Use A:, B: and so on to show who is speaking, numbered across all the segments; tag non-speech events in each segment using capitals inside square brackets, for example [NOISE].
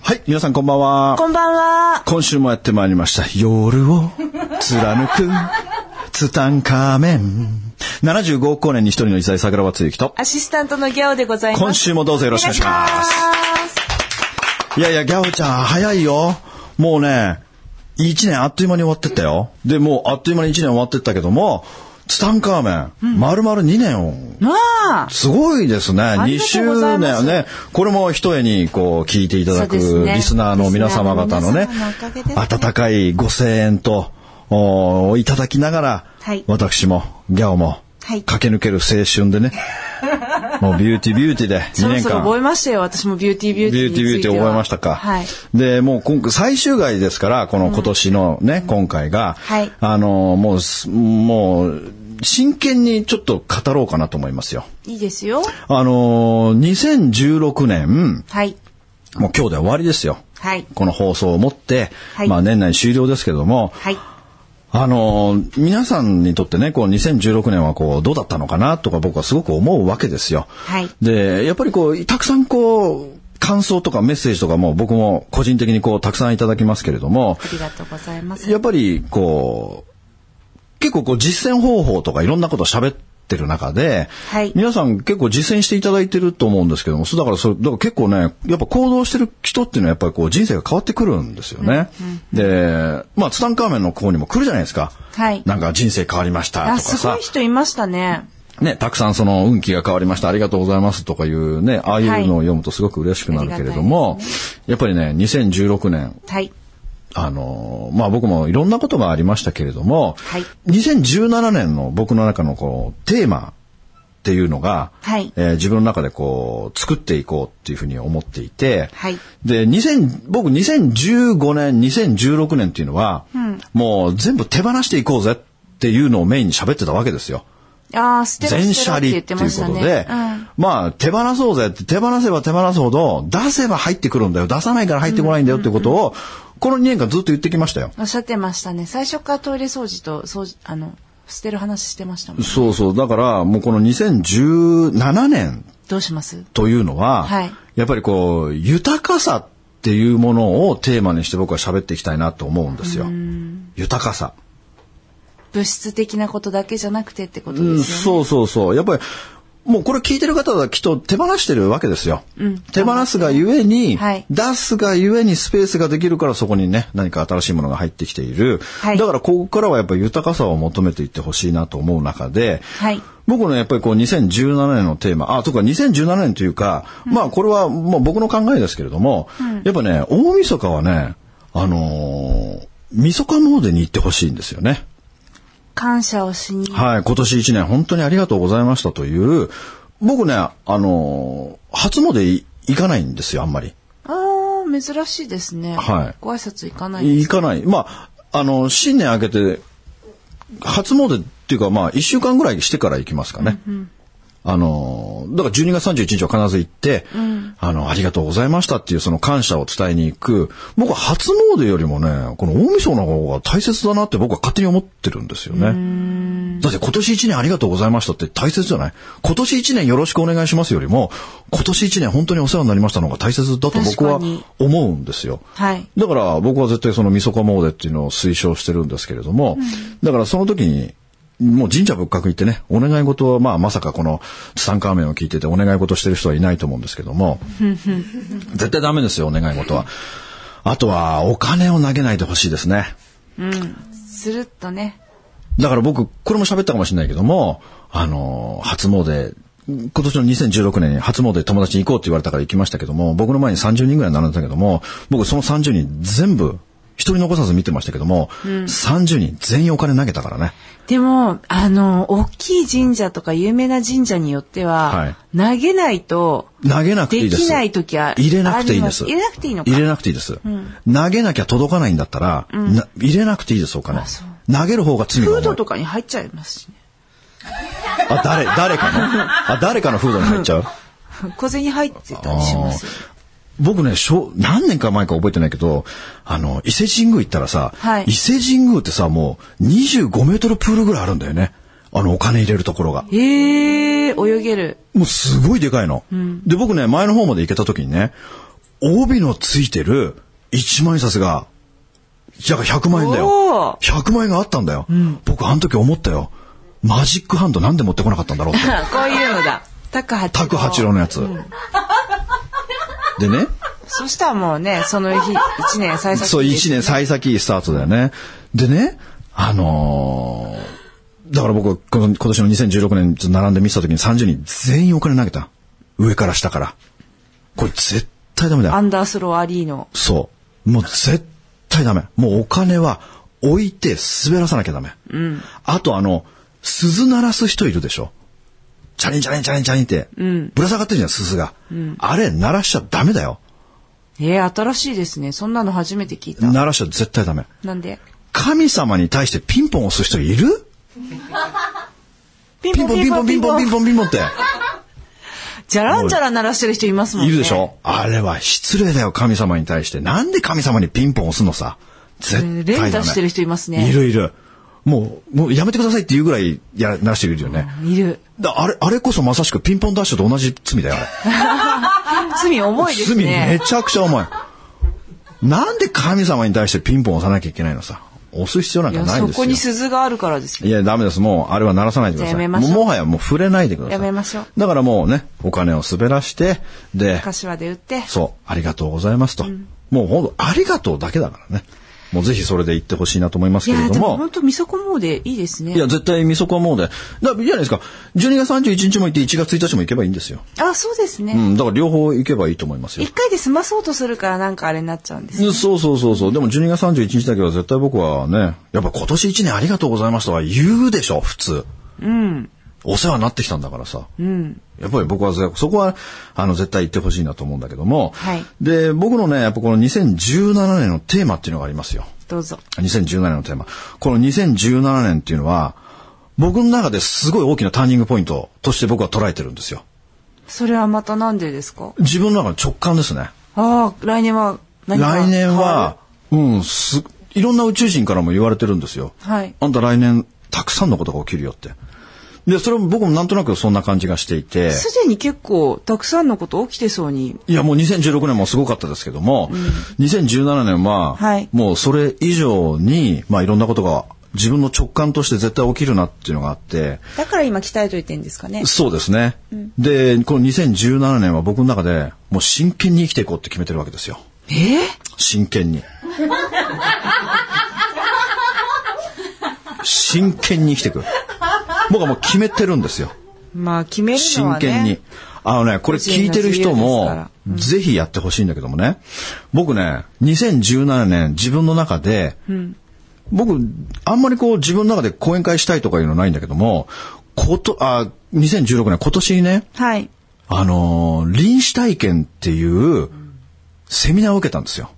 A: はい、皆さんこんばんは。
B: こんばんは。
A: 今週もやってまいりました。夜を
B: [LAUGHS]
A: 貫く、ツタンカーメン。75億光年に一人の偉大桜庭つゆきと、
B: アシスタントのギャオでございます。
A: 今週もどうぞよろしくお願いします。いやいや、ギャオちゃん、早いよ。もうね、一年あっという間に終わってったよ。で、もうあっという間に一年終わってったけども、ツタンカーメン、丸々2年を
B: まあ、
A: すごいですね。
B: あり
A: 2
B: がと
A: 周
B: うございます
A: 年ね。これも一重にこう聞いていただく
B: そうですね
A: リスナーの皆様方のね
B: リスナーの皆様のおかげで、すね
A: 温かいご声援と、おーいただきながら
B: はい、
A: 私も、ギャオも
B: はい、
A: 駆け抜ける青春で
B: [LAUGHS]
A: ね、もうビューティービューティーで
B: そ
A: 2
B: ろ
A: 年
B: そろ
A: 間。
B: 覚えましたよ。私もビューティービューティ
A: ビ
B: ー
A: ューティービューティー覚えましたか。
B: はい。
A: で、もう今回、最終回ですから、この今年のね、今回が、
B: はい
A: あの、もうす、もう、真剣にちょっと語ろうかなと思いますよ。
B: いいですよ。
A: あのー、2016年、
B: はい。
A: もう今日で終わりですよ。
B: はい。
A: この放送をもって、
B: はい
A: まあ年内終了ですけども、
B: はい。
A: あのー皆さんにとってね、こう2016年はこうどうだったのかなとか僕はすごく思うわけですよ。
B: はい
A: で、やっぱりこう、たくさんこう、感想とかメッセージとかも僕も個人的にこうたくさんいただきますけれども、
B: ありがとうございます。
A: やっぱりこう、結構こう実践方法とかいろんなこと喋ってる中で、
B: はい
A: 皆さん結構実践していただいてると思うんですけども、そうだからそれ、だから結構ね、やっぱ行動してる人っていうのはやっぱりこう人生が変わってくるんですよね。で、まあツタンカーメンの方にも来るじゃないですか。
B: はい
A: なんか人生変わりましたとか
B: あ、すご
A: さ
B: い、人いましたね。
A: ね、たくさんその運気が変わりました、ありがとうございますとかいうね、ああいうのを読むとすごく嬉しくなるけれども、やっぱりね、2016年、
B: はい。
A: あの、まあ僕もいろんなことがありましたけれども、
B: はい
A: 2017年の僕の中のこうテーマっていうのが、
B: はい
A: えー自分の中でこう作っていこうっていうふうに思っていて、
B: はい
A: で、2000僕2015年、2016年っていうのは、もう全部手放していこうぜっていうのをメインに喋ってたわけですよ。
B: あー、捨てろ
A: 全
B: 捨てろ
A: 車
B: って
A: 輪
B: 言
A: っ
B: ってて
A: いうこ
B: ました
A: と
B: ね。
A: で、まあ手放そうぜって手放せば手放すほど出せば入ってくるんだよ出さないから入ってこないんだよってことをこの2年間ずっと言ってきましたよ。
B: うん。おっしゃってましたね。最初からトイレ掃除と、掃除、あの、捨てる話してましたもん。
A: そうそうだからもうこの2017年
B: どうします
A: というのは、
B: はい
A: やっぱりこう豊かさっていうものをテーマにして僕は喋っていきたいなと思うんですよ。豊かさ。
B: 物質的なことだけじゃなくてってこと
A: うん
B: ですよね。
A: そうそうそう。やっぱり、もうこれ聞いてる方はきっと手放してるわけですよ。手放すがゆえに、
B: はい
A: 出すがゆえにスペースができるからそこにね、何か新しいものが入ってきている。
B: はい
A: だからここからはやっぱり豊かさを求めていってほしいなと思う中で、
B: はい
A: 僕ね、やっぱりこう2017年のテーマ、あ、とか2017年というか、まあこれはもう僕の考えですけれども、やっぱね、大晦日はね、あのー、晦日詣に行ってほしいんですよね。
B: 感謝をしに。
A: はい、今年一年本当にありがとうございましたという、僕ね、あのー初詣い行かないんですよ、あんまり。
B: あー、珍しいですね。
A: はい
B: ご挨拶行かないです
A: 行かない。まあ、あの、新年明けて、初詣っていうか、まあ、一週間ぐらいしてから行きますかね。あのー、だから12月31日は必ず行って、あの、ありがとうございましたっていうその感謝を伝えに行く。僕は初詣よりもね、この大晦日の方が大切だなって僕は勝手に思ってるんですよね。だって今年一年ありがとうございましたって大切じゃない今年一年よろしくお願いしますよりも、今年一年本当にお世話になりましたの方が大切だと僕は
B: 確かに
A: 思うんですよ。
B: はい。
A: だから僕は絶対その晦日詣っていうのを推奨してるんですけれども、だからその時に、もう神社仏閣行ってね、お願い事は、まあまさかこのツタンカーメンを聞いててお願い事してる人はいないと思うんですけども、絶対ダメですよ、お願い事は。あとは、お金を投げないでほしいですね。
B: するっとね。
A: だから僕、これも喋ったかもしれないけども、あのー、初詣、今年の2016年に初詣友達に行こうって言われたから行きましたけども、僕の前に30人ぐらい並んでたけども、僕その30人全部、一人残さず見てましたけども、30人全員お金投げたからね。
B: でも、あの、大きい神社とか有名な神社によっては、投げないと、
A: 投げなくてい
B: で
A: いです。
B: きない時は、
A: 入れなく
B: あ
A: ていいで。
B: ります入れなくていいのか。
A: 入れなくていいです。投げなきゃ届かないんだったら、な入れなくていいです、お金。
B: そう
A: 投げる方が罪が
B: フー
A: 重
B: ド
A: い。
B: とかに入っちゃいますしね。
A: あ、誰、誰かのあ、誰かのフードに入っちゃう
B: 小銭入ってたりしますよ。
A: 僕ね、しょ何年か前か覚えてないけど、あの、伊勢神宮行ったらさ、
B: はい
A: 伊勢神宮ってさ、もう25メートルプールぐらいあるんだよね。あの、お金入れるところが。
B: ええ泳げる。
A: もうすごいでかいの。で、僕ね、前の方まで行けた時にね、帯のついてる1万円札が、じゃあ100万円だ
B: お
A: よ
B: ー。
A: 100万円があったんだよ。僕、あの時思ったよ。マジックハンドなんで持ってこなかったん
B: [LAUGHS]
A: だろうって。
B: あこういうのだ。タクハチ。
A: タク八郎のやつ。でね、
B: そしたらもうね、その日、一年最初
A: そう、1年最先スタートだよね。でね、あのーだから僕、この今年の2016年ずっと並んで見てた時に30人全員お金投げた。上から下から。これ絶対ダメだよ
B: ア。ンダースローアリーノ。
A: そう。もう絶対ダメ。もうお金は置いて滑らさなきゃダメ。あとあの、鈴鳴らす人いるでしょ。チャリンチャリンチャリンチャリンって、ぶら下がってるじゃん、鈴が。あれ鳴らしちゃダメだよ。
B: ええ新しいですね。そんなの初めて聞いた。
A: 鳴らしちゃ絶対ダメ。
B: なんで
A: 神様に対してピンポン押す人いる
B: ピ
A: ピンポンピンポンピンポンピンポンピンポンって。
B: じゃらんじゃら鳴らしてる人いますもん
A: い
B: ね。
A: るでしょあれは失礼だよ、神様に対して。なんで神様にピンポン押すのさ。絶対ダメ。
B: 連打してる人いますね
A: いるいる。もう、もうやめてくださいっていうぐらいやらしてくれるよね。
B: いる。
A: だあれ、あれこそまさしくピンポンダッシュと同じ罪だよ、あれ。
B: 罪重いです
A: 罪
B: ね
A: め。ちゃくちゃ重い。なんで神様に対してピンポン押さなきゃいけないのさ。押す必要なん
B: い
A: か
B: や、
A: ないん
B: そ
A: です
B: こ
A: よ。
B: に鈴があるからですよ。
A: いや、ダメです。もう、あれは鳴らさないでくださ
B: じ
A: い。
B: ゃあやめましょう
A: ももはやもう触れないでください。
B: やめましょう
A: だからもうね、お金を滑らして、で、
B: 柏で売って。
A: そう、ありがとうございますと。もうほんと、ありがとうだけだからね。もうぜひそれで言ってほしいなと思います
B: い
A: けれ
B: や、
A: ど
B: でも
A: も。
B: 本当、みそこもうでいいですね。
A: いや、絶対、みそこはもうで。だから、いいじゃないですか。12月31日も行って、1月1日も行けばいいんですよ。
B: あ、そうです
A: う
B: ね。
A: ん、だから両方行けばいいと思いますよ
B: 一。回で済まそうとするからなんかあれになっちゃうんです。
A: そうそうそうそう。でも12月31日だけは絶対僕はね、やっぱ今年1年ありがとうございましたは言うでしょ、普通。
B: うん。
A: お世話になってきたんだからさ。
B: うん。
A: やっぱり僕はぜ、そこは、あの、絶対言ってほしいなと思うんだけども。
B: はい
A: で、僕のね、やっぱこの2017年のテーマっていうのがありますよ。
B: どうぞ。
A: 2017年のテーマ。この2017年っていうのは、僕の中ですごい大きなターニングポイントとして僕は捉えてるんですよ。
B: それはまたなんでですか
A: 自分の中の直感ですね。
B: ああ、来年は何か
A: 来年は
B: は、
A: うん、す、いろんな宇宙人からも言われてるんですよ。
B: はい
A: あんた来年、たくさんのことが起きるよって。で、それも僕もなんとなくそんな感じがしていて。
B: すでに結構たくさんのこと起きてそうに。
A: いや、もう2016年もすごかったですけども、2017年は、
B: はい
A: もうそれ以上に、まあいろんなことが自分の直感として絶対起きるなっていうのがあって、
B: だから今鍛えといてんですかね。
A: そうですね。で、この2017年は僕の中でもう真剣に生きていこうって決めてるわけですよ。
B: えー、
A: 真剣に。真剣に生きていく。僕はもう決めてるんですよ。
B: まあ決めるの
A: 真
B: はね。
A: 剣に。あのね、これ聞いてる人
B: 個人の自由ですから
A: も、ぜひやってほしいんだけどもね。僕ね、2017年自分の中で、僕、あんまりこう自分の中で講演会したいとかいうのないんだけども、こと、あ、2016年、今年ね、
B: はい。
A: あのー臨死体験っていうセミナーを受けたんですよ。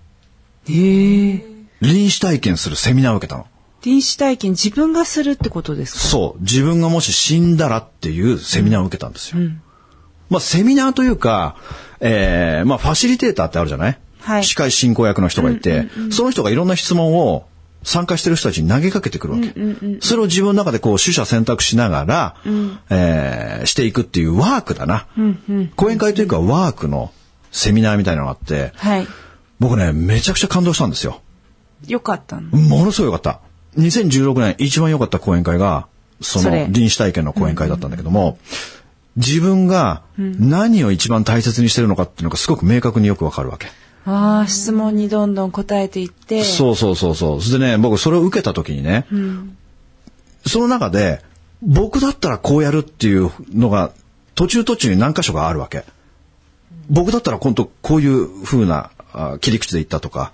B: えー、
A: 臨死体験するセミナーを受けたの。
B: 臨死体験自分がするってことですか
A: そう。自分がもし死んだらっていうセミナーを受けたんですよ。まあ、セミナーというか、えー、まあ、ファシリテーターってあるじゃない、
B: はい
A: 司会進行役の人がいて、その人がいろんな質問を参加してる人たちに投げかけてくるわけ。それを自分の中でこう、取捨選択しながら、えーしていくっていうワークだな。講演会というかワークのセミナーみたいなのがあって、
B: はい。
A: 僕ね、めちゃくちゃ感動したんですよ。
B: よかったの。
A: ものすごい良かった。2016年一番良かった講演会が、そ
B: そ
A: の
B: れ
A: 臨死体験の講演会だったんだけども、自分が何を一番大切にしてるのかっていうのがすごく明確によくわかるわけ。
B: ああ、質問にどんどん答えていって。
A: そうそうそうそう。それでね、僕それを受けた時にね、その中で、僕だったらこうやるっていうのが途中途中に何箇所があるわけ。僕だったら今度こういう風なあ切り口でいったとか、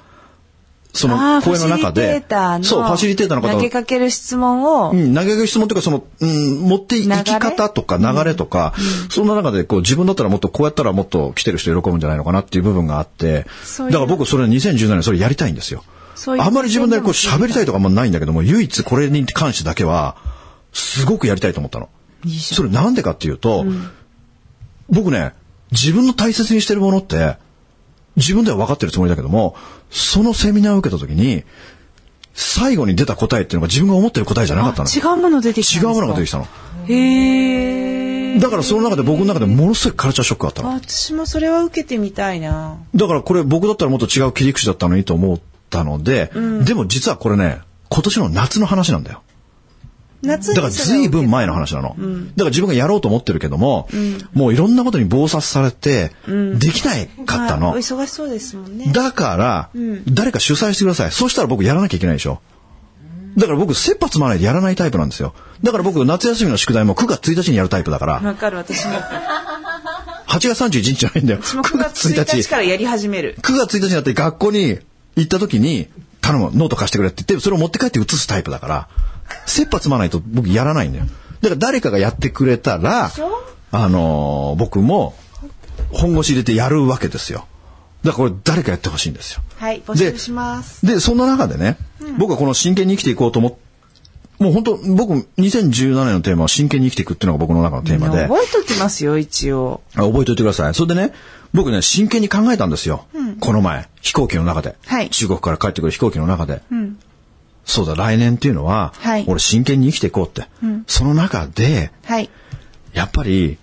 A: そ
B: あ
A: の
B: あ、フ
A: 講
B: ァ
A: 演
B: シ
A: の
B: リ
A: 中
B: テ
A: で
B: ー、ターの。
A: そう、ファシリテーターの方
B: 投
A: が
B: げかける質問を。
A: うん、投げかけ質問というか、その、うん、持ってい
B: 流れ
A: き方とか流れとか、そんな中で、こう、自分だったらもっと、こうやったらもっと来てる人喜ぶんじゃないのかなっていう部分があって
B: そう、い
A: だ
B: う
A: から僕、それ2017年それやりたいんですよ。
B: そういう
A: あんまり自分でこう喋りたいとかあんまないんだけども、唯一これに関してだけは、すごくやりたいと思ったの。それなんでかっていうと、僕ね、自分の大切にしてるものって、自分では分かってるつもりだけども、そのセミナーを受けた時に、最後に出た答えっていうのが自分が思ってる答えじゃなかったの。
B: 違うもの出てき
A: 違
B: たんですか
A: うものが出てきたの。
B: へえ
A: だからその中で僕の中でものすごいカルチャーショックがあったの。
B: 私もそれは受けてみたいな
A: だからこれ僕だったらもっと違う切り口だったのにと思ったので、でも実はこれね、今年の夏の話なんだよ。
B: 夏
A: だ
B: に
A: から随分前の話なの。だから自分がやろうと思ってるけども、もういろんなことに暴殺されて、できないかった
B: まあ
A: の
B: お。忙しそうですもんね
A: だから、誰か主催してください。そうしたら僕やらなきゃいけないでしょ。だから僕、切羽詰まらないでやらないタイプなんですよ。だから僕、夏休みの宿題も9月1日にやるタイプだから、
B: わかる私も
A: 8月31日じゃないんだよ。
B: 私も
A: 9
B: 9
A: 月
B: 月
A: 1
B: 1日
A: 日。
B: からやり始める
A: 9月1日になって学校に行った時に、頼む、ノート貸してくれって言って、それを持って帰って写すタイプだから、切羽詰まないと僕やらないんだよ。だから誰かがやってくれたら
B: ょ、
A: あのー僕も本腰入れてやるわけですよ。だからこれ誰かやってほしいんですよ。
B: はい募集します
A: で、そんな中でね、僕はこの真剣に生きていこうと思っもう本当、僕、2017年のテーマは真剣に生きていくっていうのが僕の中のテーマで。
B: 覚えときますよ一応
A: あ覚えておいてください。それでね、僕ね、真剣に考えたんですよ。この前、飛行機の中で、
B: はい
A: 中国から帰ってくる飛行機の中で。そうだ、来年っていうのは、
B: はい
A: 俺真剣に生きていこうって。その中で、
B: はい
A: やっぱり、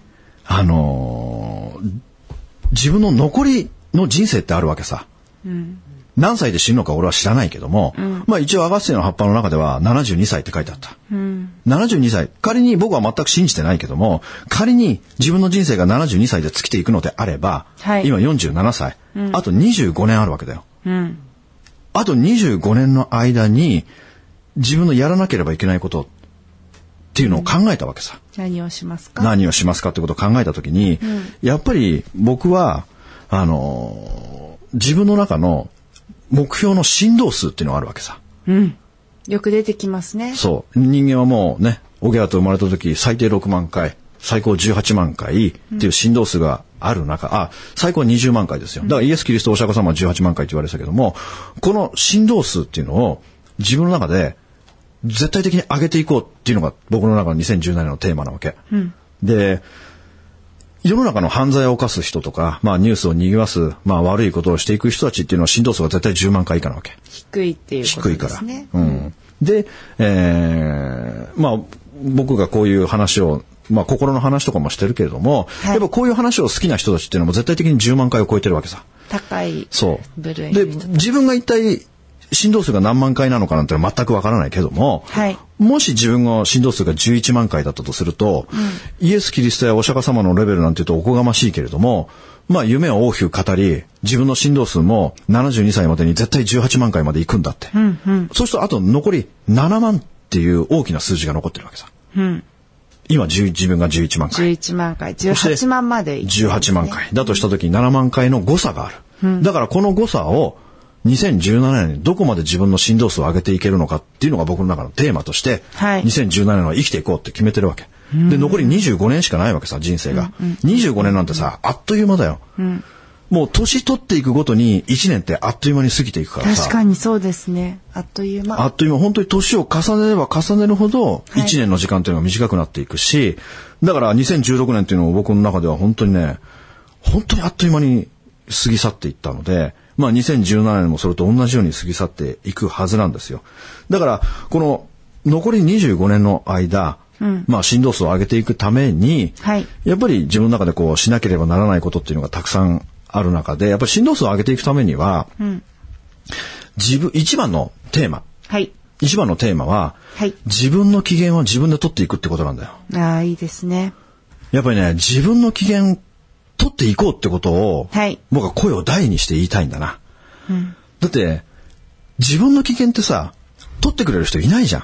A: あのー自分の残りの人生ってあるわけさ。何歳で死ぬのか俺は知らないけども、まあ一応アガッセイの葉っぱの中では72歳って書いてあった。72歳。仮に僕は全く信じてないけども、仮に自分の人生が72歳で尽きていくのであれば、
B: はい
A: 今47歳、あと25年あるわけだよ。
B: うん
A: あと25年の間に自分のやらなければいけないことっていうのを考えたわけさ。
B: 何をしますか
A: 何をしますかってことを考えたときに、やっぱり僕は、あのー自分の中の目標の振動数っていうのがあるわけさ。
B: よく出てきますね
A: そう。人間はもうね、オギャーと生まれた時最低6万回、最高18万回っていう振動数がある中、あ、最高20万回ですよ。だからイエス・キリストお釈迦様は18万回って言われてたけども、この振動数っていうのを自分の中で絶対的に上げていこうっていうのが僕の中の2017年のテーマなわけ。で、世の中の犯罪を犯す人とか、まあニュースを賑わす、まあ悪いことをしていく人たちっていうのは振動数が絶対10万回以下なわけ。
B: 低いっていうこと
A: 低いか
B: で
A: ら。
B: すね
A: うん、で、えーまあ、僕がこういう話を、まあ、心の話とかもしてるけれども、
B: はい
A: やっぱこういう話を好きな人たちっていうのも絶対的に10万回を超えてるわけさ。
B: 高い
A: そう。
B: 部類
A: で、
B: の人
A: 自分が一体、振動数が何万回なのかなんてのは全くわからないけども、
B: はい
A: もし自分の振動数が11万回だったとすると、イエス・キリストやお釈迦様のレベルなんて言うとおこがましいけれども、まあ夢を大きく語り、自分の振動数も72歳までに絶対18万回まで行くんだって。そうするとあと残り7万っていう大きな数字が残ってるわけさ。
B: うん
A: 今10自分が11万回。
B: 11万回
A: そして
B: 18万までいってます
A: 18
B: ね
A: 万回。だとしたときに7万回の誤差がある。だからこの誤差を2017年にどこまで自分の振動数を上げていけるのかっていうのが僕の中のテーマとして、
B: はい
A: 2017年は生きていこうって決めてるわけ。で、残り25年しかないわけさ、人生が。25年なんてさ、あっという間だよ。もう年取っていくごとに1年ってあっという間に過ぎていくからさ。
B: 確かにそうですねあっという間
A: あっという間、本当に年を重ねれば重ねるほど、
B: い
A: 1年の時間というのが短くなっていくし、だから2016年というのを僕の中では本当にね、本当にあっという間に過ぎ去っていったので、まあ2017年もそれと同じように過ぎ去っていくはずなんですよ。だから、この残り25年の間、まあ振動数を上げていくために、
B: はい
A: やっぱり自分の中でこうしなければならないことっていうのがたくさんある中で、やっぱり振動数を上げていくためには、自分、一番のテーマ、
B: はい
A: 一番のテーマは、
B: はい
A: 自分の機嫌は自分で取っていくってことなんだよ。
B: ああいいですね
A: やっぱりね、自分の機嫌を取っていこうってことを、
B: はい
A: 僕は声を大にして言いたいんだな。だって、自分の機嫌ってさ、取ってくれる人いないじゃん。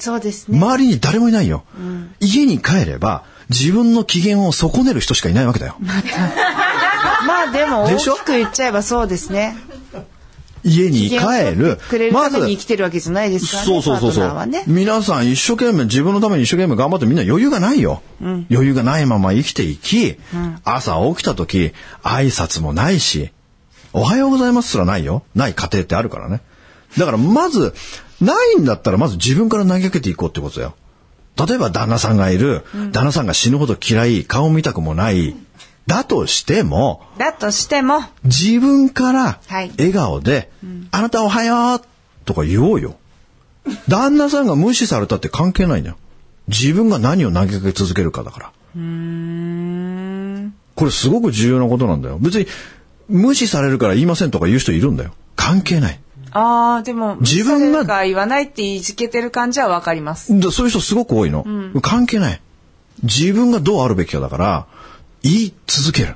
B: そうですね、
A: 周りに誰もいないよ、家に帰れば、自分の機嫌を損ねる人しかいないわけだよ。
B: まあでも
A: で
B: 大
A: しょ
B: きく言っちゃえばそうですね
A: 家に帰
B: 機嫌を取
A: る
B: ってくれ。るために生きてるわけじゃないですからね
A: そうそうそうそ
B: パートナーは
A: う、
B: ね
A: 皆さん一生懸命、自分のために一生懸命頑張ってみんな余裕がないよ。余裕がないまま生きていき、朝起きた時、挨拶もないし、おはようございますすらないよ。ない家庭ってあるからね。だからまず、ないんだったらまず自分から投げかけていこうってことだよ。例えば旦那さんがいる、旦那さんが死ぬほど嫌い、顔見たくもない、だとしても、
B: だとしても、
A: 自分から
B: はい
A: 笑顔で、あなたおはようとか言おうよ。旦那さんが無視されたって関係ないんだよ。自分が何を投げかけ続けるかだから。これすごく重要なことなんだよ。別に無視されるから言いませんとか言う人いるんだよ。関係ない。
B: ああ、でも、
A: 自分が
B: 無視されるか言わないって言いつけてる感じはわかります。
A: だそういう人すごく多いの、関係ない。自分がどうあるべきかだから、言い続ける。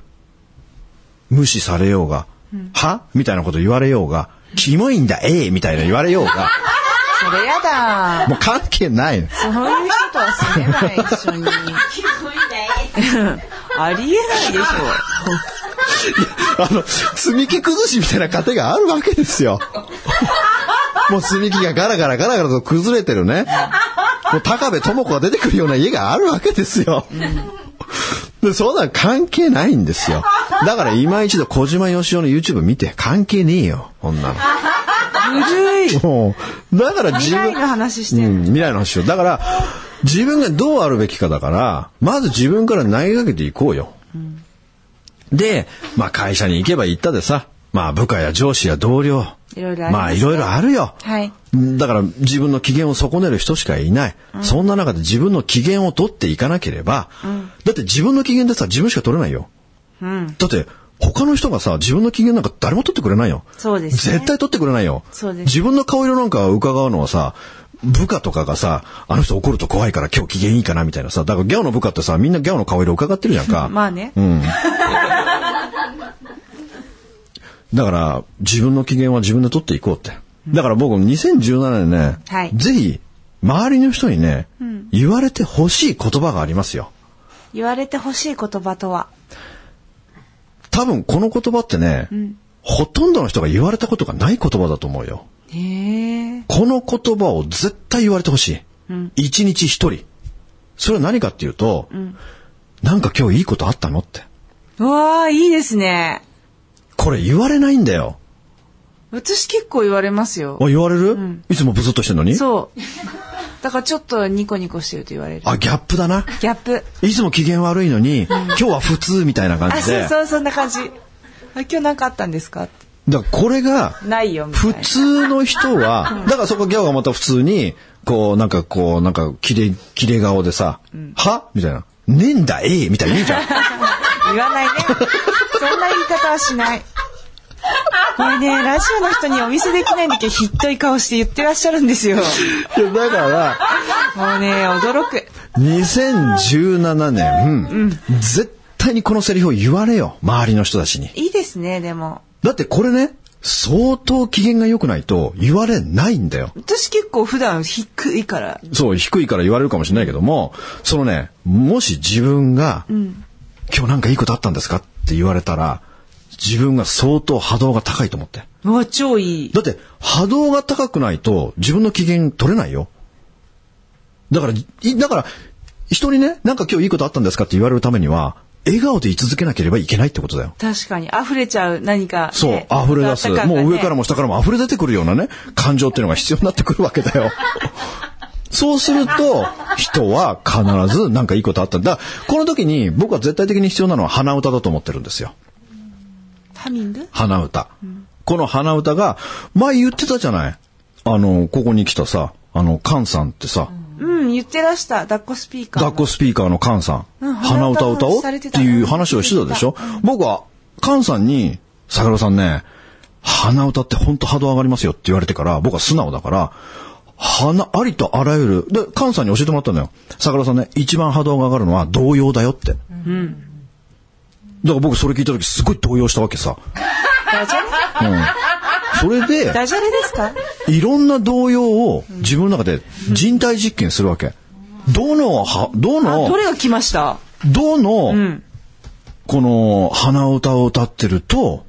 A: 無視されようが、はみたいなこと言われようが、キモいんだ、ええみたいな言われようが、
B: それやだ。
A: [LAUGHS] もう関係ないの。
B: そういう人とは住めない、一緒に。
C: [LAUGHS]
B: ありえないでしょ。
A: [LAUGHS] あの、積み木崩しみたいな過程があるわけですよ。もう積み木がガラガラガラガラと崩れてるね。もう高部智子が出てくるような家があるわけですよ。で、そんなん関係ないんですよ。だから今一度小島よしおの YouTube 見て関係ねえよ、こんな
B: ずるい。
A: の。もう、だから自
B: 未来
A: 分、
B: の話し
A: う
B: てる。
A: ん、未来の話を。だから、自分がどうあるべきかだから、まず自分から投げかけていこうよ。で、まあ会社に行けば行ったでさ、まあ部下や上司や同僚、
B: いろいろありますね
A: まあいろいろあるよ。
B: はい。
A: だから自分の機嫌を損ねる人しかいない。そんな中で自分の機嫌を取っていかなければ、だって自分の機嫌でさ、自分しか取れないよ。
B: うん。
A: だって、他の人がさ、自分の機嫌なんか誰も取ってくれないよ。
B: そうですね
A: 絶対取ってくれないよ。
B: そうです
A: 自分の顔色なんか伺うのはさ、部下とかがさ、あの人怒ると怖いから今日機嫌いいかなみたいなさ、だからギャオの部下ってさ、みんなギャオの顔色伺ってるじゃんか。
B: [LAUGHS] まあね。
A: うん。だから、自分の機嫌は自分で取っていこうって。だから僕、2017年ね、
B: はい
A: ぜひ、周りの人にね、言われてほしい言葉がありますよ。
B: 言われてほしい言葉とは。
A: 多分この言葉ってね、ほとんどの人が言われたことがない言葉だと思うよ。
B: へえ。
A: この言葉を絶対言われてほしい。一、日一人。それは何かっていうと、なんか今日いいことあったのって。
B: うわあ、いいですね。
A: これ言われないんだよ。
B: 私結構言われますよ。
A: あ言われる、いつもブスッとしてるの
B: [LAUGHS]
A: に
B: そう。だからちょっとニコニコしてると言われる。
A: あ、ギャップだな。
B: ギャップ。
A: いつも機嫌悪いのに、今日は普通みたいな感
B: あ、
A: じで。
B: そうそう、そんな感じ。あ今日なんかあったんですかって
A: だからこれが、
B: ないよ、みたい
A: 普
B: な。
A: 通の人は、だからそこギャオがまた普通に、こう、なんかこう、なんか、きれ、きれ顔でさ、はみたいな。ねえんだ、ええみたいな言うじゃん。
B: 言わないね。そんな言い方はしない。これね、ラジオの人にお見せできないんだけど、ひっとい顔して言ってらっしゃるんですよ。
A: いやだから、
B: もうね、驚く。
A: 2017年、絶対にこのセリフを言われよ。周りの人たちに。
B: いいですね、でも。
A: だってこれね、相当機嫌が良くないと言われないんだよ。
B: 私結構普段低いから。
A: そう、低いから言われるかもしれないけども、そのね、もし自分が、今日なんかいいことあったんですかって言われたら、自分が相当波動が高いと思って。
B: うわ、超いい。
A: だって、波動が高くないと自分の機嫌取れないよ。だから、いだから、人にね、なんか今日いいことあったんですかって言われるためには、笑顔で居続けなければいけないってことだよ。
B: 確かに、溢れちゃう何かね、
A: そう、溢れ出す。
B: 温かさがね
A: もう上からも下からも溢れ出てくるようなね、感情っていうのが必要になってくるわけだ
B: [LAUGHS]
A: よ。そうすると、人は必ずなんかいいことあったんだ。この時に僕は絶対的に必要なのは鼻歌だと思ってるんですよ。
B: ハミング
A: 鼻歌。この鼻歌が、前言ってたじゃない。あの、ここに来たさ、あの、カンさんってさ、
B: うん、言ってらした。抱っこスピーカー。
A: 抱っこスピーカーのカンさん、
B: うん
A: 鼻歌を歌おうっていう話をしてたでしょ、僕はカンさんに、桜田さんね、鼻歌って本当波動上がりますよって言われてから、僕は素直だから、鼻、ありとあらゆる、で、カンさんに教えてもらったのよ。桜田さんね、一番波動が上がるのは動揺だよって。だから僕それ聞いた時すごい動揺したわけさ。
B: ダジャレ
A: それで、
B: ダジャレですか
A: いろんな動揺を自分の中で人体実験するわけ。どのは、どの、
B: あ、どれが来ました
A: どの、
B: ん
A: この鼻歌を歌ってると、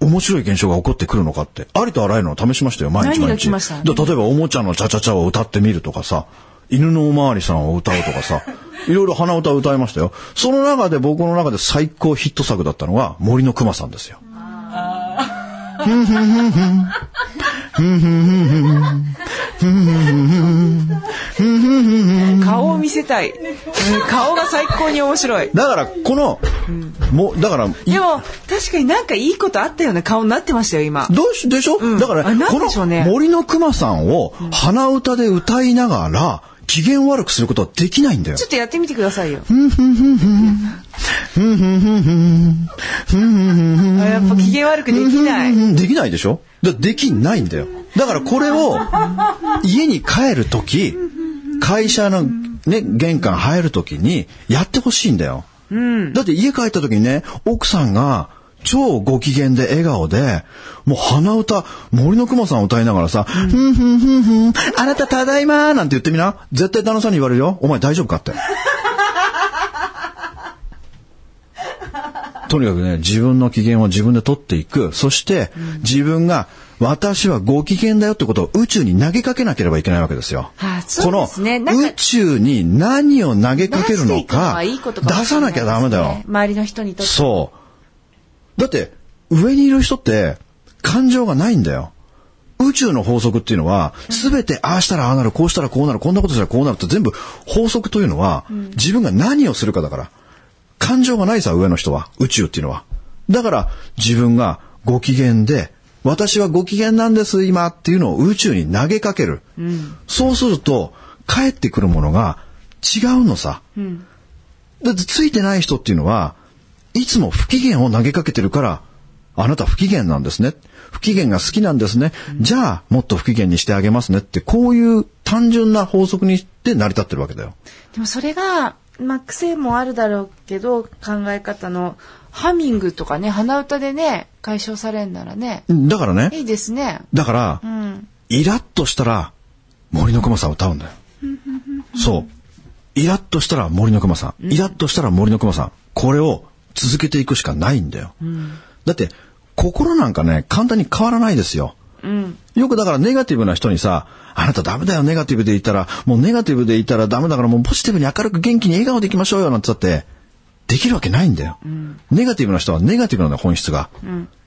A: 面白い現象が起こってくるのかって、ありとあらゆるのを試しましたよ、毎
B: 何
A: 日
B: が
A: 毎日。
B: 来ました
A: だ例えば、おもちゃのチャチャチャを歌ってみるとかさ、犬のおまわりさんを歌うとかさ、 [LAUGHS] いろいろ鼻歌を歌いましたよ。その中で僕の中で最高ヒット作だったのが、森の熊さんですよ。ふんふんふんふん
B: 顔を見せたい。うん顔が最高に面白い。
A: だから、この、もう、だから、い
B: でも、確かになんかいいことあったような顔になってましたよ、今。
A: どうし、でしょ、
B: うん
A: だから、
B: あなん
A: こ
B: でしょうね
A: の森の熊さんを鼻歌で歌いながら、機嫌悪くすることはできないんだよ
B: ちょ。っとやってみてくださいよ。あやっぱ機嫌悪くできない。
A: うんできないでしょだできないんだよ。だからこれを、家に帰るとき、会社のね、玄関入るときに、やってほしいんだよ。だって家帰ったときにね、奥さんが、超ご機嫌で笑顔で、もう鼻歌、森の熊さんを歌いながらさ、ふんふんふんふん、あなたただいまーなんて言ってみな。絶対旦那さんに言われるよ。お前大丈夫
B: [LAUGHS]
A: かって。とにかくね、自分の機嫌を自分で取っていく。そして、自分が、私はご機嫌だよってことを宇宙に投げかけなければいけないわけですよ。
B: あそうですね
A: こ
B: な
A: の
B: んか
A: 宇宙に何を投げかける
B: 出
A: のか、
B: していくのはいいことかも
A: 出
B: しれ
A: さ
B: い
A: なきゃダメだ
B: です
A: よ
B: ね。周りの人にとって。
A: そう。だって、上にいる人って、感情がないんだよ。宇宙の法則っていうのは、すべてああしたらああなる、こうしたらこうなる、こんなことしたらこうなるって全部法則というのは、自分が何をするかだから。感情がないさ、上の人は。宇宙っていうのは。だから、自分がご機嫌で、私はご機嫌なんです、今っていうのを宇宙に投げかける。そうすると、帰ってくるものが違うのさ。だってついてない人っていうのは、いつも不機嫌を投げかけてるから、あなた不機嫌なんですね。不機嫌が好きなんですね。じゃあ、もっと不機嫌にしてあげますねって、こういう単純な法則にして成り立ってるわけだよ。
B: でもそれが、まあ、癖もあるだろうけど、考え方の、ハミングとかね、鼻歌でね、解消されんならね、
A: だからね、
B: いいですね。
A: だから
B: う、ん。
A: イラッとしたら、森の熊さんを歌うんだよ。そう。イラッとしたら森の熊さん。イラッとしたら森の熊さん。これを続けていくしかないんだよ。だって、心なんかね、簡単に変わらないですよ。
B: うん。
A: よくだからネガティブな人にさ、あなたダメだよ、ネガティブでいたら、もうネガティブでいたらダメだからもうポジティブに明るく元気に笑顔でいきましょうよ、なんて言ったって、できるわけないんだよ。ネガティブな人はネガティブなんだよ、本質が。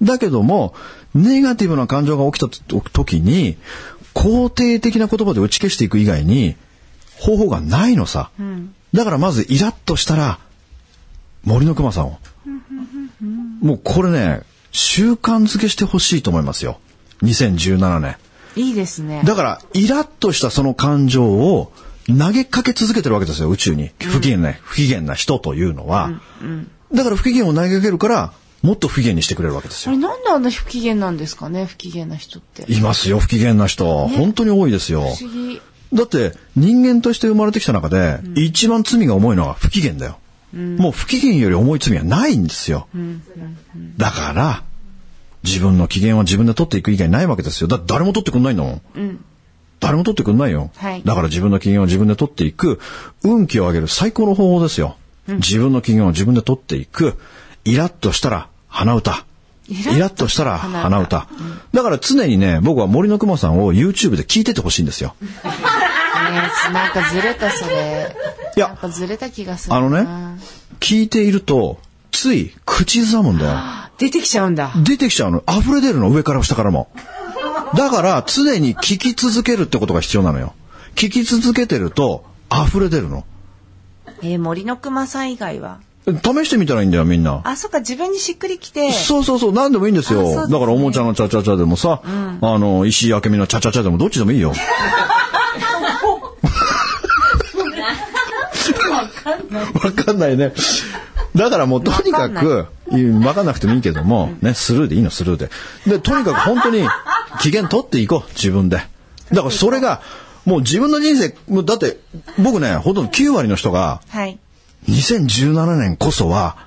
A: だけども、ネガティブな感情が起きたと時に、肯定的な言葉で打ち消していく以外に、方法がないのさ。だからまずイラッとしたら、森の熊さんを。もうこれね、習慣づけしてほしいと思いますよ。2017年。
B: いいですね。
A: だから、イラッとしたその感情を投げかけ続けてるわけですよ、宇宙に。不機嫌な、不機嫌な人というのは。だから不機嫌を投げかけるから、もっと不機嫌にしてくれるわけです
B: あ
A: よ。
B: れなんであんな不機嫌なんですかね、不機嫌な人って。
A: いますよ、不機嫌な人。本当に多いですよ。
B: 不思議。
A: だって、人間として生まれてきた中で、一番罪が重いのは不機嫌だよ。もう不機嫌より重い罪はないんですよ。だから、自分の機嫌は自分で取っていく以外ないわけですよ。だって誰も取ってくんないんだもん。誰も取ってくんないよ、
B: はい
A: だから自分の機嫌を自分で取っていく、運気を上げる最高の方法ですよ。自分の機嫌を自分で取っていく、イラッとしたら鼻歌。
B: イ
A: イラッとしたら鼻歌。だから常にね、僕は森の熊さんを YouTube で聞いててほしいんですよ。
B: ねなんかずれたそれ。
A: いや
B: なんかずれた気がする
A: あの
B: な。
A: ね、聞いていると、つい口ずさむんだよ。
B: 出てきちゃうんだ。
A: 出てきちゃうの。溢れ出るの、上から下からも。だから、常に聞き続けるってことが必要なのよ。聞き続けてると、溢れ出るの。
B: えー森の熊さん以外は。
A: 試してみたらいいんだよ、みんな。
B: あ、そっか、自分にしっくりきて。
A: そうそうそう、何でもいいんですよ。
B: あそうですね
A: だから、おもちゃのチャチャチャでもさ、あの、石井明美のチャチャチャでも、どっちでもいいよ。わかんないね。だからもうとにかく、うんわかんなくてもいいけども、ね、スルーでいいの、スルーで。で、とにかく本当に、機嫌取っていこう、自分で。だからそれが、もう自分の人生、もうだって、僕ね、ほとんど9割の人が、
B: はい。
A: 2017年こそは、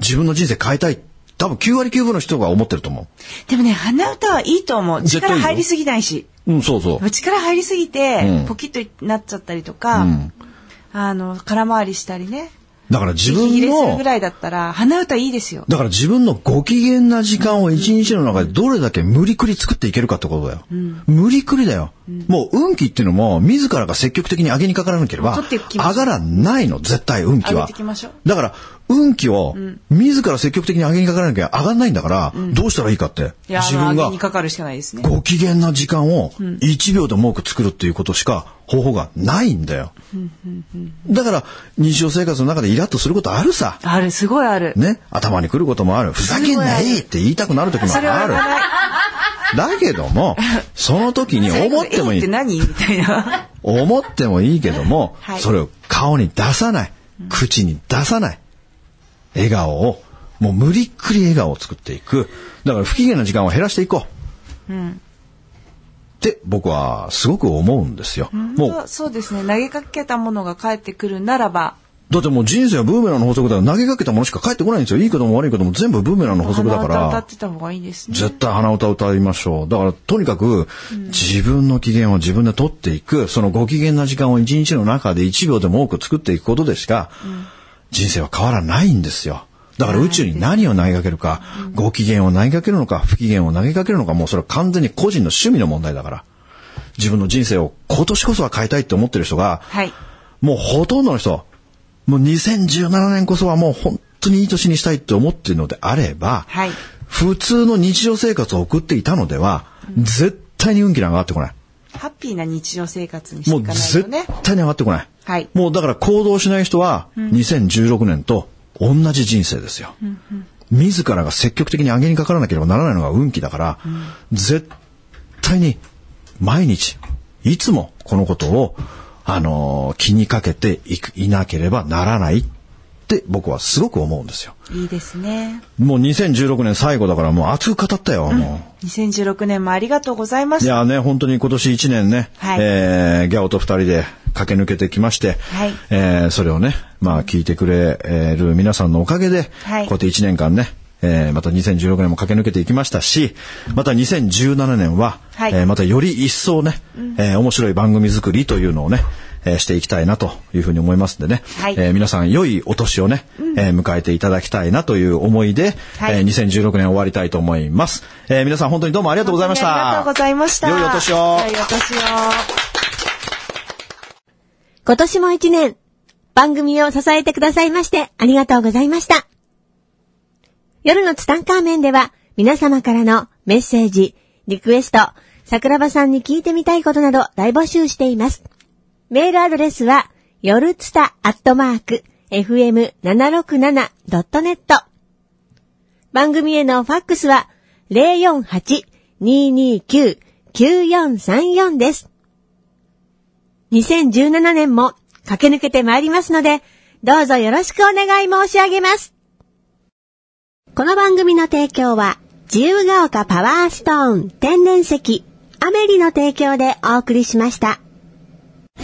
A: 自分の人生変えたい。多分9割9分の人が思ってると思
B: でもね、鼻歌はいいと思う。
A: 絶対い
B: 力
A: いよ
B: 入りすぎないし。
A: う。うん、そうそう。
B: 力入りすぎ
A: う
B: て
A: ん、
B: ポキッとなっちゃったりとか、
A: うん
B: あの、空回りしたりね。
A: だから自
B: 息
A: 分
B: 切れする
A: の
B: ぐ、らいだったら、鼻歌いいですよ。
A: だから自分のご機嫌な時間を一日の中でどれだけ無理くり作っていけるかってことだよ。無理くりだよ。もう運気っていうのも、自らが積極的に上げにかからなければ
B: 取ってい、きましょ
A: 上
B: う
A: がらないの、絶対運気
B: 上げ
A: は
B: ていきましょう。
A: だから、運気を、自ら積極的に上げにかからなきゃ上がんないんだから、どうしたらいいかって。
B: いや、
A: 自
B: まあ
A: 分
B: 上
A: が
B: げにかかるしかないですね。
A: ご機嫌な時間を1秒でも多く作るっていうことしか方法がないんだよ。だから、日常生活の中でイラッとすることあるさ。
B: ある、すごいある。
A: ね。頭にくることもある。ふざけんないって言いたくなる時も
B: それは
A: ある。だけども、その時に思ってもい
B: えって
A: い。
B: 何みたいな。
A: 思ってもいいけども、
B: [LAUGHS] はい
A: それを顔に出さない。口に出さない。笑顔を、もう無理っくり笑顔を作っていく。だから不機嫌な時間を減らしていこう。って僕はすごく思うんですよ。もう、
B: そうそうですね。投げかけたものが返ってくるならば、
A: だってもう人生はブーメランの法則だから投げかけたものしか返ってこないんですよ。いいことも悪いことも全部ブーメランの法則だか
B: 鼻歌歌
A: ら
B: っ。てた方がいいですね。
A: 絶対鼻歌を歌いましょう。だから、とにかく、自分の機嫌を自分で取っていく、そのご機嫌な時間を一日の中で1秒でも多く作っていくことでしか、人生は変わらないんですよ。だから宇宙に何を投げかけるか、ご機嫌を投げかけるのか、不機嫌を投げかけるのか、もうそれは完全に個人の趣味の問題だから。自分の人生を今年こそは変えたいって思ってる人が、
B: はい。
A: もうほとんどの人、もう2017年こそはもう本当にいい年にしたいって思っているのであれば、
B: はい
A: 普通の日常生活を送っていたのでは、絶対に運気なんか上がってこない。
B: ハッピーな日常生活にしてい
A: も
B: かな
A: う
B: い
A: 絶
B: とね。
A: 対に上がってこない。
B: はい
A: もうだから行動しない人は、2016年と同じ人生ですよ。自らが積極的に上げにかからなければならないのが運気だから、絶対に毎日、いつもこのことを、あのー気にかけていく、いなければならないって僕はすごく思うんですよ。
B: いいですね。
A: もう2016年最後だからもう熱く語ったよ、もう。
B: 2016年もありがとうございま
A: い
B: した。
A: やね、本当に今年1年ね、
B: はい
A: えーギャオと2人で駆け抜けてきまして、
B: はい
A: えーそれをね、まあ聞いてくれる皆さんのおかげで、
B: はい
A: こうやって1年間ね、えーまた2016年も駆け抜けていきましたし、また2017年は、
B: はい
A: えーまたより一層ね、えー面白い番組作りというのをね、えーしていきたいなというふうに思いますんでね、
B: はい
A: えー皆さん良いお年をね、えー迎えていただきたいなという思いで、
B: はい
A: えー2016年終わりたいと思います。えー皆さん本当にどうもありがとうございました。
B: 本当にありがとうございました。
A: 良いお年を。
B: 良いお年を。
C: 今年も一年、番組を支えてくださいましてありがとうございました。夜のツタンカーメンでは皆様からのメッセージ、リクエスト、桜庭さんに聞いてみたいことなど大募集しています。メールアドレスは、夜ツタアットマーク、fm767.net。番組へのファックスは、048-229-9434です。2017年も駆け抜けてまいりますので、どうぞよろしくお願い申し上げます。この番組の提供は、自由が丘パワーストーン天然石、アメリの提供でお送りしました。
D: ス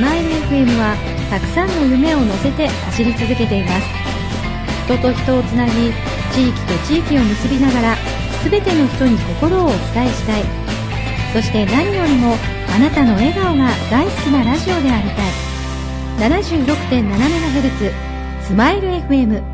D: マイル FM はたくさんの夢を乗せて走り続けています人と人をつなぎ地域と地域を結びながら全ての人に心をお伝えしたいそして何よりもあなたの笑顔が大好きなラジオでありたい 76.7MHz スマイル FM